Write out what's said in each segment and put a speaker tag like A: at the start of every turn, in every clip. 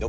A: No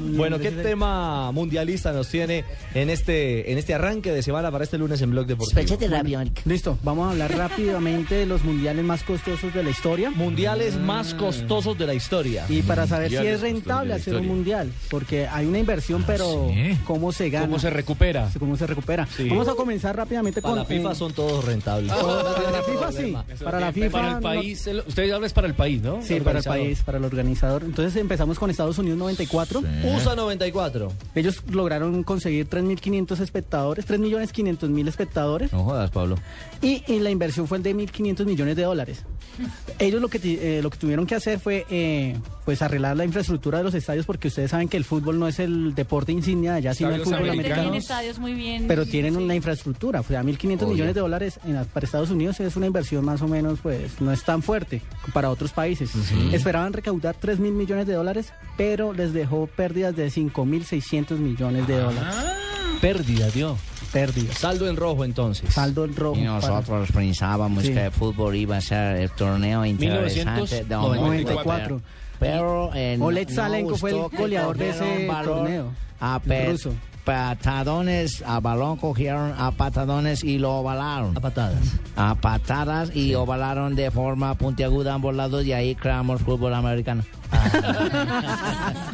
B: Bueno, ¿qué tema mundialista nos tiene en este, en este arranque de semana para este lunes en Blog Deportivo?
C: Espéchate rápido, marica.
D: Listo, vamos a hablar rápidamente de los mundiales más costosos de la historia
B: Mundiales más costosos de la historia.
D: y para saber si es rentable hacer un mundial, porque hay una inversión, pero ¿cómo se gana?
E: Ah, ¿Cómo se recupera?
D: ¿Cómo se recupera? Vamos a comenzar rápidamente
B: Para
D: con
B: la FIFA
D: eh,
B: son todos rentables.
D: para la FIFA sí, para la FIFA
E: Para el
D: no-
E: país, el- usted habla es para el país, ¿no?
D: Sí, para el
E: organizador.
D: país, para el organizador. Entonces empezamos con Estados Unidos 94.
B: USA 94.
D: Ellos lograron conseguir 3.500 espectadores, 3.500.000 espectadores.
B: No jodas, Pablo.
D: Y, y la inversión fue de 1.500 millones de dólares. Ellos lo que, ti- eh, lo que tuvieron que hacer fue eh, pues arreglar la infraestructura de los estadios porque ustedes saben que el fútbol no es el deporte insignia de allá, sino el
E: Estadios
D: fútbol
E: americanos.
D: americano.
F: Tienen estadios muy bien.
D: Pero tienen una infraestructura, o sea, 1.500 millones de dólares en la- para Estados Unidos es una inversión más o menos, pues no es tan fuerte para otros países. Esperaban recaudar 3.000 millones de dólares, pero les dejó pérdidas de 5.600 millones de dólares.
B: Pérdida, Dios.
D: Pérdidas.
B: Saldo en rojo entonces.
D: Saldo en rojo.
C: Y
D: para-
C: nosotros pensábamos
D: Sí.
C: que el fútbol iba a ser el torneo interesante de
D: 1994.
C: Pero eh, el
D: Oleg Salenko fue el goleador de ese torneo,
C: A
D: el
C: pe-
D: ruso.
C: patadones, a balón cogieron a patadones y lo ovalaron.
B: A patadas.
C: A patadas y ovalaron de forma puntiaguda ambos lados y ahí creamos fútbol americano.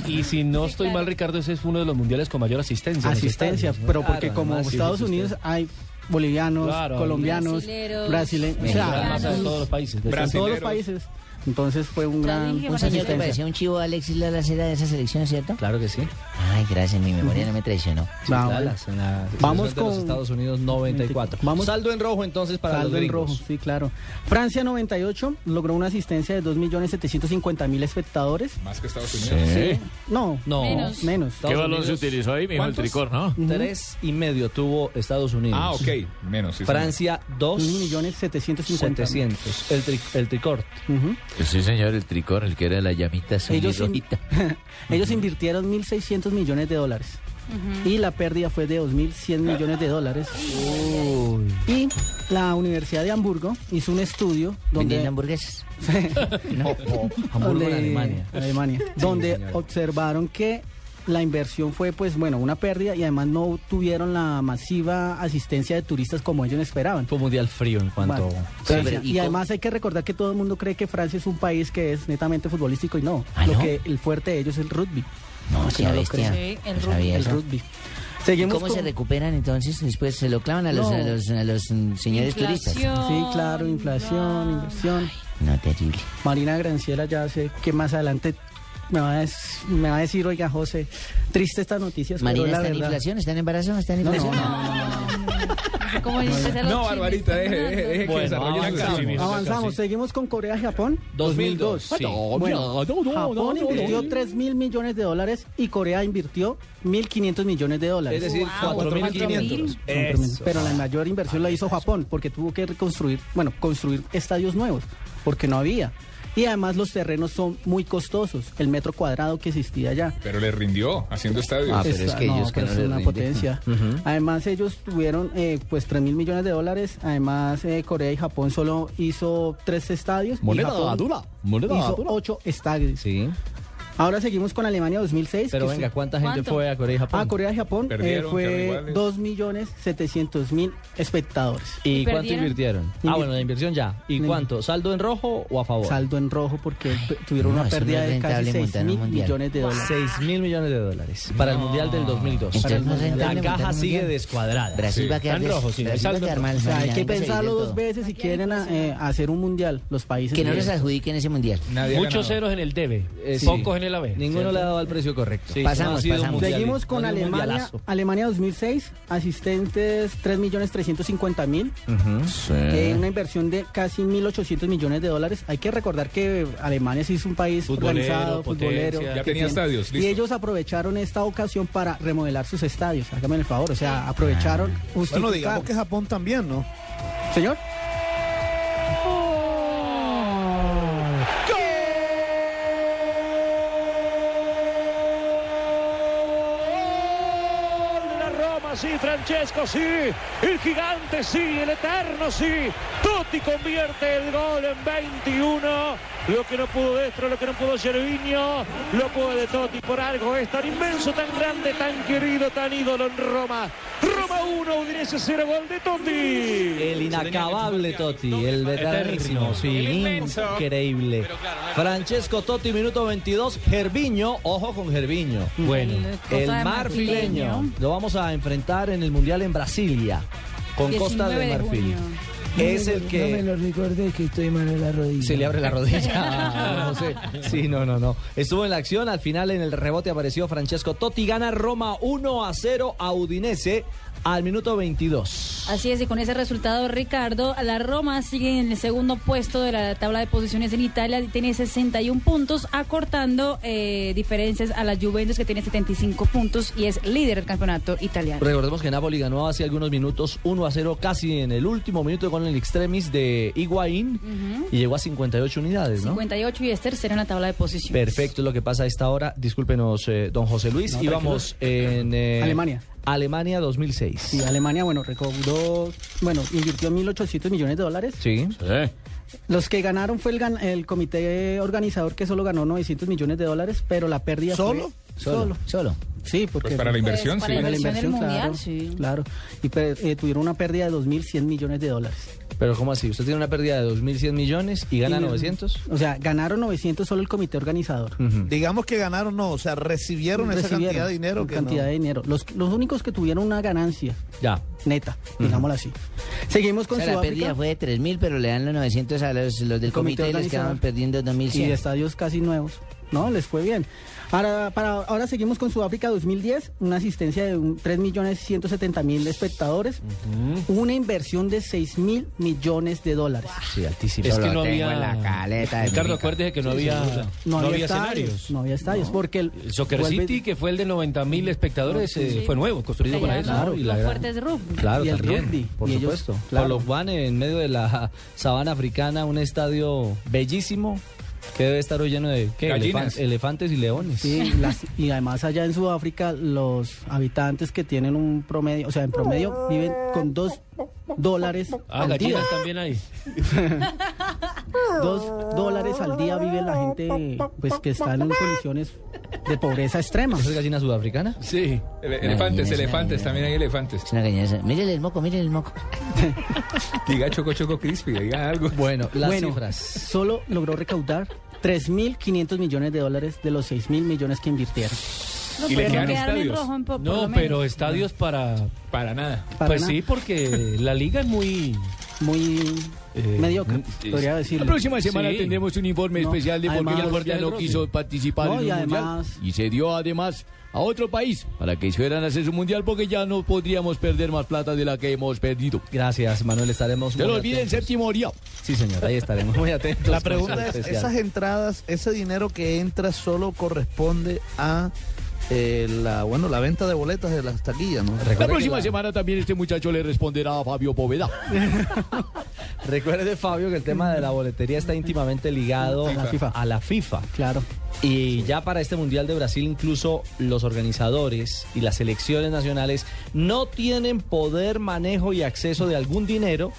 E: Y si no estoy mal, Ricardo, ese es uno de los mundiales con mayor asistencia. en los
D: asistencia,
E: estadios, ¿no?
D: pero porque
B: Claro,
D: como
B: además, sí,
D: Estados
B: sí, sí.
D: Unidos hay bolivianos,
E: Claro,
D: colombianos,
F: Brasileros,
D: brasileños, o
E: Además,
D: sea,
F: mexicanos.
E: en todos los países.
D: en todos los países. Entonces fue un gran
F: dije,
D: una
C: Un señor que
D: asistencia.
C: parecía un chivo Alexis Lalas era de esa selección, ¿cierto?
B: Claro que sí.
C: Ay, gracias, mi memoria no me traicionó.
D: Vamos.
B: Dallas, en la selección
D: Vamos
B: de los
D: con-
B: Estados Unidos 94.
D: Vamos-
B: Saldo en rojo entonces para
D: Saldo
B: los
D: en
B: gringos.
D: rojo, sí, claro. Francia 98 logró una asistencia de 2.750.000 espectadores.
G: Más que Estados Unidos.
D: No,
B: No.
F: Menos.
D: menos.
B: Estados Unidos,
E: utilizó ahí, mijo?
G: el ¿Cuántos? tricor,
E: ¿no?
B: Tres y medio tuvo Estados Unidos.
G: Ah, ok. Menos. sí,
B: Francia 2
D: 1.750.000.
B: 700. El, tri- el tricort.
D: Ujú.
H: Pues Sí, señor, el tricor, el que era la llamita
D: Ellos, in-
H: sonidorita.
D: ellos invirtieron 1.600 millones de dólares. Y la pérdida fue de 2.100 millones de dólares. Y la Universidad de Hamburgo hizo un estudio
C: ¿Vendían
D: donde...
C: hamburguesas?
B: Hamburgo en
D: donde-
B: Alemania.
D: Alemania, donde observaron que la inversión fue, pues bueno, una pérdida y además no tuvieron la masiva asistencia de turistas como ellos esperaban.
B: Fue mundial frío en cuanto.
D: Vale.
C: Sí,
D: Sí,
C: pero
D: sí.
C: ¿y
D: y,
C: cómo-
D: además hay que recordar que todo el mundo cree que Francia es un país que es netamente futbolístico y no.
C: ¿Ah,
D: lo
C: no?
D: que el fuerte de ellos es el rugby.
C: No, sí,
D: no lo
C: bestia.
D: creo.
F: Sí, el
C: No
F: rugby.
C: sabía
D: El
C: eso.
D: rugby.
C: ¿Y
D: Seguimos
C: cómo se
D: con-
C: recuperan entonces? Después se lo clavan a los,
D: No.
C: a los, a los, mm, señores turistas.
D: Sí, claro, inflación, inversión.
C: No, terrible.
D: Marina Granciela ya sé que más adelante me va a, des- me va a decir, oiga, José, triste estas noticias. pero
C: Marina
D: es la
C: está en
D: verdad.
C: inflación, está en embarazo, está en
D: No,
C: inflación.
D: no, no, no,
F: ¿Cómo
D: Pues
F: dices?
G: No, Barbarita, deje, deje, deje que
B: Bueno,
G: desarrolle la
B: avanzamos.
G: canción.
D: Avanzamos, seguimos con Corea-Japón.
B: 2002. sí.
D: Bueno, Japón invirtió 3 mil millones de dólares y Corea invirtió 1.500 millones de dólares.
B: Es decir,
F: Wow,
B: 4.500.
D: Compromiso. Pero la mayor inversión la hizo Japón porque tuvo que reconstruir, bueno, construir estadios nuevos porque no había. Y además los terrenos son muy costosos, el metro cuadrado que existía allá.
G: Pero le rindió haciendo estadios.
H: Ah, pero es que ellos que
D: pero
H: no
D: es
H: les
D: una
H: rinde.
D: potencia. Además ellos tuvieron eh, pues 3 mil millones de dólares. Además eh, Corea y Japón solo hizo tres estadios. y Japón Hizo ocho estadios.
B: Sí.
D: Ahora seguimos con Alemania 2006.
B: Pero
D: que
B: venga,
D: su-
B: ¿cuánta gente
F: ¿Cuánto?
B: fue a Corea y Japón?
D: a Corea y Japón eh,
G: Perdieron, quedaron
D: fue
G: iguales.
D: 2.700.000 espectadores.
B: ¿Y
F: ¿Y
B: cuánto
F: perdieron?
B: invirtieron? Ah,
D: Invir-
B: bueno, la inversión ya. ¿Y
D: Invir-
B: cuánto? ¿Saldo en rojo o a favor?
D: saldo en rojo porque pe- tuvieron
C: no,
D: una
C: eso no
D: pérdida
C: es
D: de casi
C: rentable
D: 6
C: montar un
D: mil
C: mundial.
D: millones de dólares.
B: 6 mil millones de dólares para el Mundial del 2002.
C: Entonces no es
B: la
C: rentable montar
B: caja
C: un
B: sigue
C: mundial.
B: descuadrada.
C: Brasil va a quedar,
B: Está en
C: des-
B: rojo, sí,
C: Brasil
B: saldo
C: va a quedar
B: en
C: mal.
D: O sea, hay
C: Marina,
D: que
C: venga a seguir
D: pensarlo
C: de
D: dos
C: todo.
D: veces si quieren a- eh, hacer un mundial, los países.
C: Que no les
D: quieren.
C: adjudiquen ese mundial.
G: Nadie ha
E: Muchos
G: ganado.
E: ceros en el debe,
B: Eh, sí.
E: pocos en nadie la ve.
B: Ninguno
E: ¿cierto?
B: le ha dado al precio correcto.
E: Sí,
C: Pasamos,
E: no ha sido un
C: pasamos.
E: mundial.
D: Seguimos con
E: No ha sido un
D: Alemania.
E: mundialazo.
D: Alemania 2006, asistentes 3.350.000, eh, una inversión de casi 1.800 millones de dólares. Hay que recordar que Alemania sí es un país
E: Futbolero,
D: organizado,
E: potencia.
D: futbolero.
G: Ya
D: que
G: tenía estadios,
D: Y
G: listo.
D: ellos aprovecharon esta ocasión para remodelar sus estadios. Hágame el favor, o sea, aprovecharon justificar.
I: Bueno, digamos que Japón también, ¿no?
D: Señor.
J: Sí, Francesco, sí. El gigante, sí. El eterno, sí. Totti convierte el gol en 21. Lo que no pudo Destro, lo que no pudo Gervinho, lo puede Totti. Por algo es tan inmenso, tan grande, tan querido, tan ídolo en Roma. Roma 1, Udinese 0, gol de Totti.
B: El inacabable Totti, el veteranísimo,
E: Eterno.
B: sí,
G: El inmenso.
B: increíble.
G: Pero claro, no es-
B: Francesco Totti, minuto 22, Gerviño, ojo con Gerviño.
E: Bueno,
B: El
F: Costa de
B: marfileño
F: Marfileño.
B: lo vamos a enfrentar en el Mundial en Brasilia, con Costa de
F: 19 de
B: Marfil.
F: junio.
B: Es el que...
I: lo recuerdes que estoy mal en la rodilla.
B: Se le abre la rodilla. Ah, No sé. Sí, no, no, no. Estuvo en la acción, al final en el rebote apareció Francesco Totti, gana Roma 1 a 0 a Udinese al minuto 22.
F: Así es, y con ese resultado, Ricardo, la Roma sigue en el segundo puesto de la tabla de posiciones en Italia y tiene 61 puntos, acortando eh, diferencias a la Juventus que tiene 75 puntos y es líder del campeonato italiano.
B: Recordemos que Napoli ganó hace algunos minutos 1 a 0 casi en el último minuto con el extremis de Higuaín y llegó a 58 unidades, ¿no?
F: 58 y es tercero en la tabla de posiciones.
B: Perfecto, es lo que pasa a esta hora. Discúlpenos, eh, don José Luis.
D: No,
B: y vamos en... eh,
D: Alemania.
B: Alemania 2006.
D: Sí, Alemania, bueno, recaudó, bueno, invirtió 1.800 millones de dólares.
B: Sí.
D: Los que ganaron fue el, gan- el comité organizador que solo ganó 900 millones de dólares, pero la pérdida
I: ¿Solo?
D: fue... Solo.
C: Solo.
D: Sí, porque...
G: Pues para la
F: Pues
G: inversión,
F: para
G: sí.
D: Para la
F: Inversión del
D: inversión, claro,
F: mundial, sí.
D: claro. Y per- eh, tuvieron una pérdida de 2.100 millones de dólares.
B: Pero ¿cómo así? Usted tiene una pérdida de 2.100 millones y gana
D: Y, eh,
B: 900.
D: O sea, ganaron 900 solo el comité organizador.
B: Mm.
I: Digamos que ganaron, no, o sea, recibieron, esa
D: Recibieron
I: cantidad de dinero.
D: una
I: Que
D: cantidad
I: no.
D: de dinero. Los, los únicos que tuvieron una ganancia
B: Ya.
D: neta, digámoslo así. Seguimos
C: O
D: con
C: sea, la pérdida
D: Sudáfrica.
C: fue de 3.000, pero le dan los 900 a los, los
D: Comité
C: del comité, y les
D: organizador.
C: quedaban perdiendo
D: y de
C: 2.100.
D: estadios casi nuevos. No, les fue bien. Ahora, para, ahora seguimos con Sudáfrica 2010, una asistencia de un- 3.170.000 espectadores, una inversión de 6.000 millones de dólares.
C: Sí, altísimo.
E: Es que
C: Lo
E: no
C: tengo
E: había-
C: en la caleta. de
E: Ricardo,
C: América.
E: acuérdese que no había, no había escenarios.
D: No había estadios, porque el,
E: El Soccer
D: vuelve-
E: City, que fue el de 90 mil espectadores, eh, fue nuevo, construido para eso.
F: Claro,
E: ¿no? Y la gran-
F: fuertes rugby.
B: Claro,
D: Y el
B: también,
D: rugby,
B: por
D: y ellos,
B: supuesto.
D: claro.
B: Por los Juanes, en medio de la sabana africana, un estadio bellísimo que debe estar hoy lleno de ¿qué?
G: Gallinas.
B: Elefan- elefantes y leones.
D: Sí, las- y además allá en Sudáfrica los habitantes que tienen un promedio, o sea, en promedio viven con 2 dólares
E: Ah,
D: al día.
E: gallinas también hay.
D: Dos dólares al día vive la gente pues que está en condiciones de pobreza extrema.
B: ¿Es gallina sudafricana?
E: Sí.
G: Ele-
C: Imagínese,
G: elefantes, elefantes,
C: imagínese.
G: también hay elefantes.
C: Es una cañaza. Mírenle el moco, mírenle el moco.
G: Diga Choco Choco Crispy, diga algo.
B: Bueno, las
D: bueno,
B: cifras.
D: solo logró recaudar 3.500 millones de dólares de los 6.000 millones que invirtieron.
F: No,
G: Y le
F: pero no
G: quedan
F: quedaron en
G: estadios.
F: rojo en po- por lo
E: No,
F: menos.
E: pero estadios para...
G: Para nada.
D: Para
E: pues
D: nada.
E: sí, porque la liga es muy...
D: Muy
E: Eh,
D: mediocre,
E: es-
D: podría decirlo.
E: semana tendremos
H: un informe
D: No, especial de por qué además- el
E: Mundial no quiso
H: participar
D: No, en y un mundial además-
H: y se dio además a otro país para que hicieran hacer su mundial porque ya no podríamos perder más plata de la que hemos perdido.
B: Gracias, Manuel. Estaremos. muy atentos.
H: séptimo día.
B: Sí, señor, ahí estaremos muy atentos.
I: La
B: con su
I: pregunta es,
B: especial.
I: ¿esas entradas, ese dinero que entra solo corresponde a eh, la, bueno, la venta de boletas de las taquillas, ¿no?
B: Recuerde que la-
H: semana también este muchacho le responderá a Fabio Poveda.
B: Recuerde, Fabio, que el tema de la boletería está íntimamente ligado
D: A la FIFA.
B: A la FIFA.
D: Claro.
B: Y ya para este Mundial de Brasil incluso los organizadores y las selecciones nacionales no tienen poder, manejo y acceso de algún dinero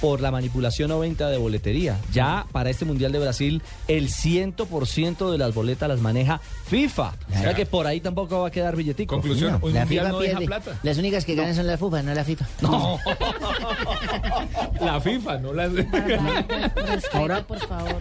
B: por la manipulación o venta de boletería. Ya para este Mundial de Brasil el 100% de las boletas las maneja FIFA. O sea que por ahí tampoco va a quedar billetico.
G: Conclusión, un
C: La
G: mundial
C: FIFA
G: no deja
C: pierde.
G: plata.
C: Las únicas que ganan son las FUFA, no la FIFA.
G: No. La FIFA, no la...
F: Respeta,
D: Ahora-
F: por favor.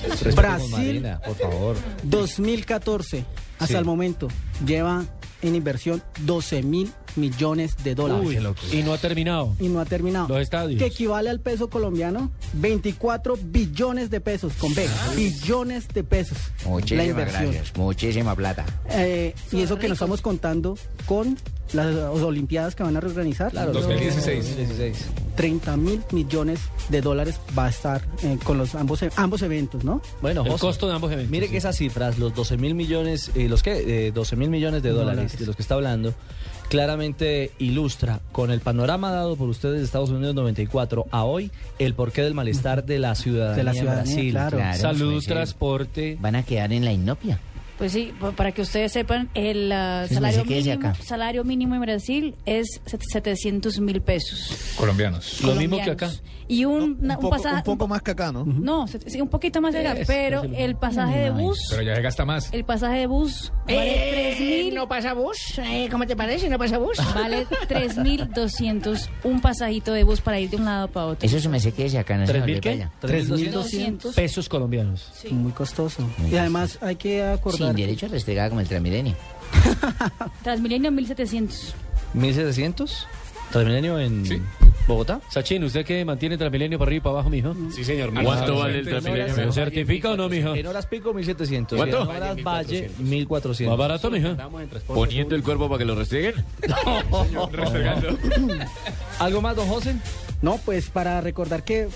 B: Respetemos,
D: Brasil.
B: Marina, por favor.
D: 2014, hasta
B: Sí.
D: el momento, lleva en inversión 12.000 300 millones de dólares.
E: Uy, y no ha terminado.
D: Y no ha terminado.
E: Los estadios.
D: Que equivale al peso colombiano 24 billones de pesos, con B, billones de pesos. la
C: Muchísimas
D: inversión.
C: gracias, muchísima plata.
D: Eh, y eso que nos estamos contando con las Olimpiadas que van a reorganizar.
G: 2016.
D: 30 mil millones de dólares va a estar eh, con los ambos, e- ambos eventos, ¿no?
B: Bueno,
E: El
B: José,
E: costo de ambos eventos.
B: Mire que esas cifras, los 12 mil millones, eh, los que 12 mil millones de dólares,
D: Dólares.
B: de los que está hablando, claramente ilustra con el panorama dado por ustedes de Estados Unidos 94 a hoy el porqué del malestar de la ciudadanía,
D: De la
B: en
D: ciudadanía,
B: Brasil.
D: claro. Claro,
E: Salud,
B: sí.
E: transporte.
C: Van a quedar en la inopia.
F: Pues sí, pa- para que ustedes sepan, el ah,
C: Sí,
F: salario,
C: sí, quédese
F: mínimo,
C: acá.
F: salario mínimo en Brasil es set- 700 mil pesos.
G: Colombianos.
E: Lo mismo que acá.
F: colombianos. Y un,
I: Un
F: na- un
I: poco,
F: pasaje...
I: un poco más que acá, ¿no?
F: No, set- sí, un poquito más allá,
E: Es,
F: pero
E: es el-
F: el pasaje de
C: Ay.
F: bus...
G: Pero ya se gasta más.
F: El pasaje de bus vale 3.000...
C: Eh, ¿No pasa bus? Eh, ¿Cómo te parece? ¿No pasa bus?
F: Vale 3.200 un pasajito de bus para ir de un lado para otro.
C: Eso se me sé que es acá. No se
E: ¿Tres
C: me
E: mil qué?
C: olvida.
B: 3.200.
E: Pesos colombianos.
F: Sí.
D: Muy costoso.
C: Muy
D: y además hay que acordar...
C: Sin derecho a restregar como el Transmilenio.
F: Transmilenio 1.700.
B: 1700. Transmilenio en
G: Sí.
B: Bogotá.
E: Sachin, ¿usted que mantiene Transmilenio para arriba y para abajo, mijo?
G: Sí, señor.
K: ¿Cuánto vale el
E: ¿Se
K: Transmilenio?
E: lo certifica o no, mijo?
B: En horas pico 1700.
K: ¿Cuánto?
B: Y En horas valle 1400.
E: ¿Más barato, mijo?
K: ¿Poniendo el cuerpo para que lo restreguen? Restregando.
B: ¿Algo más, don José?
D: No, pues para recordar que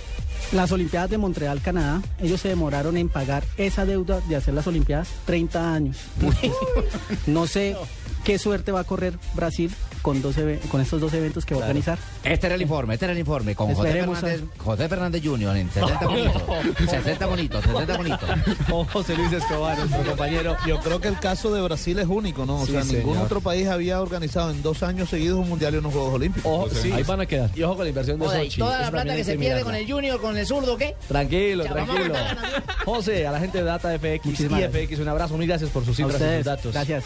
D: las Olimpiadas de Montreal, Canadá, ellos se demoraron en pagar esa deuda de hacer las Olimpiadas 30 años. no sé qué suerte va a correr Brasil con, 12 ve- con estos dos eventos que va a organizar.
C: Este era el informe, este era el informe. Con José
D: Esperemos
C: Fernández, José Fernández Jr. en 70 bonitos. 60 bonitos, 60 bonitos.
B: Don José Luis Escobar, nuestro compañero.
I: Yo creo que el caso de Brasil es único, ¿no? O
B: Sí,
I: sea, ningún
B: señor.
I: otro país había organizado en dos años seguidos un mundial y unos Juegos Olímpicos.
B: Ojo, sí.
E: Ahí van a quedar.
B: Y ojo con la inversión de
C: Joder, y
B: Sochi.
C: toda la
B: Eso
C: plata
B: también
C: que
B: hay
C: se pierde
B: mirarla.
C: con el Junior, con el zurdo, ¿qué?
B: Tranquilo,
C: Ya, vamos a
B: tranquilo.
C: ganar,
B: José, a la gente de Data FX y
D: Muchísimas
B: FX, un abrazo. Mil gracias por sus
D: A
B: cifras y sus
D: ustedes,
B: datos.
D: Gracias.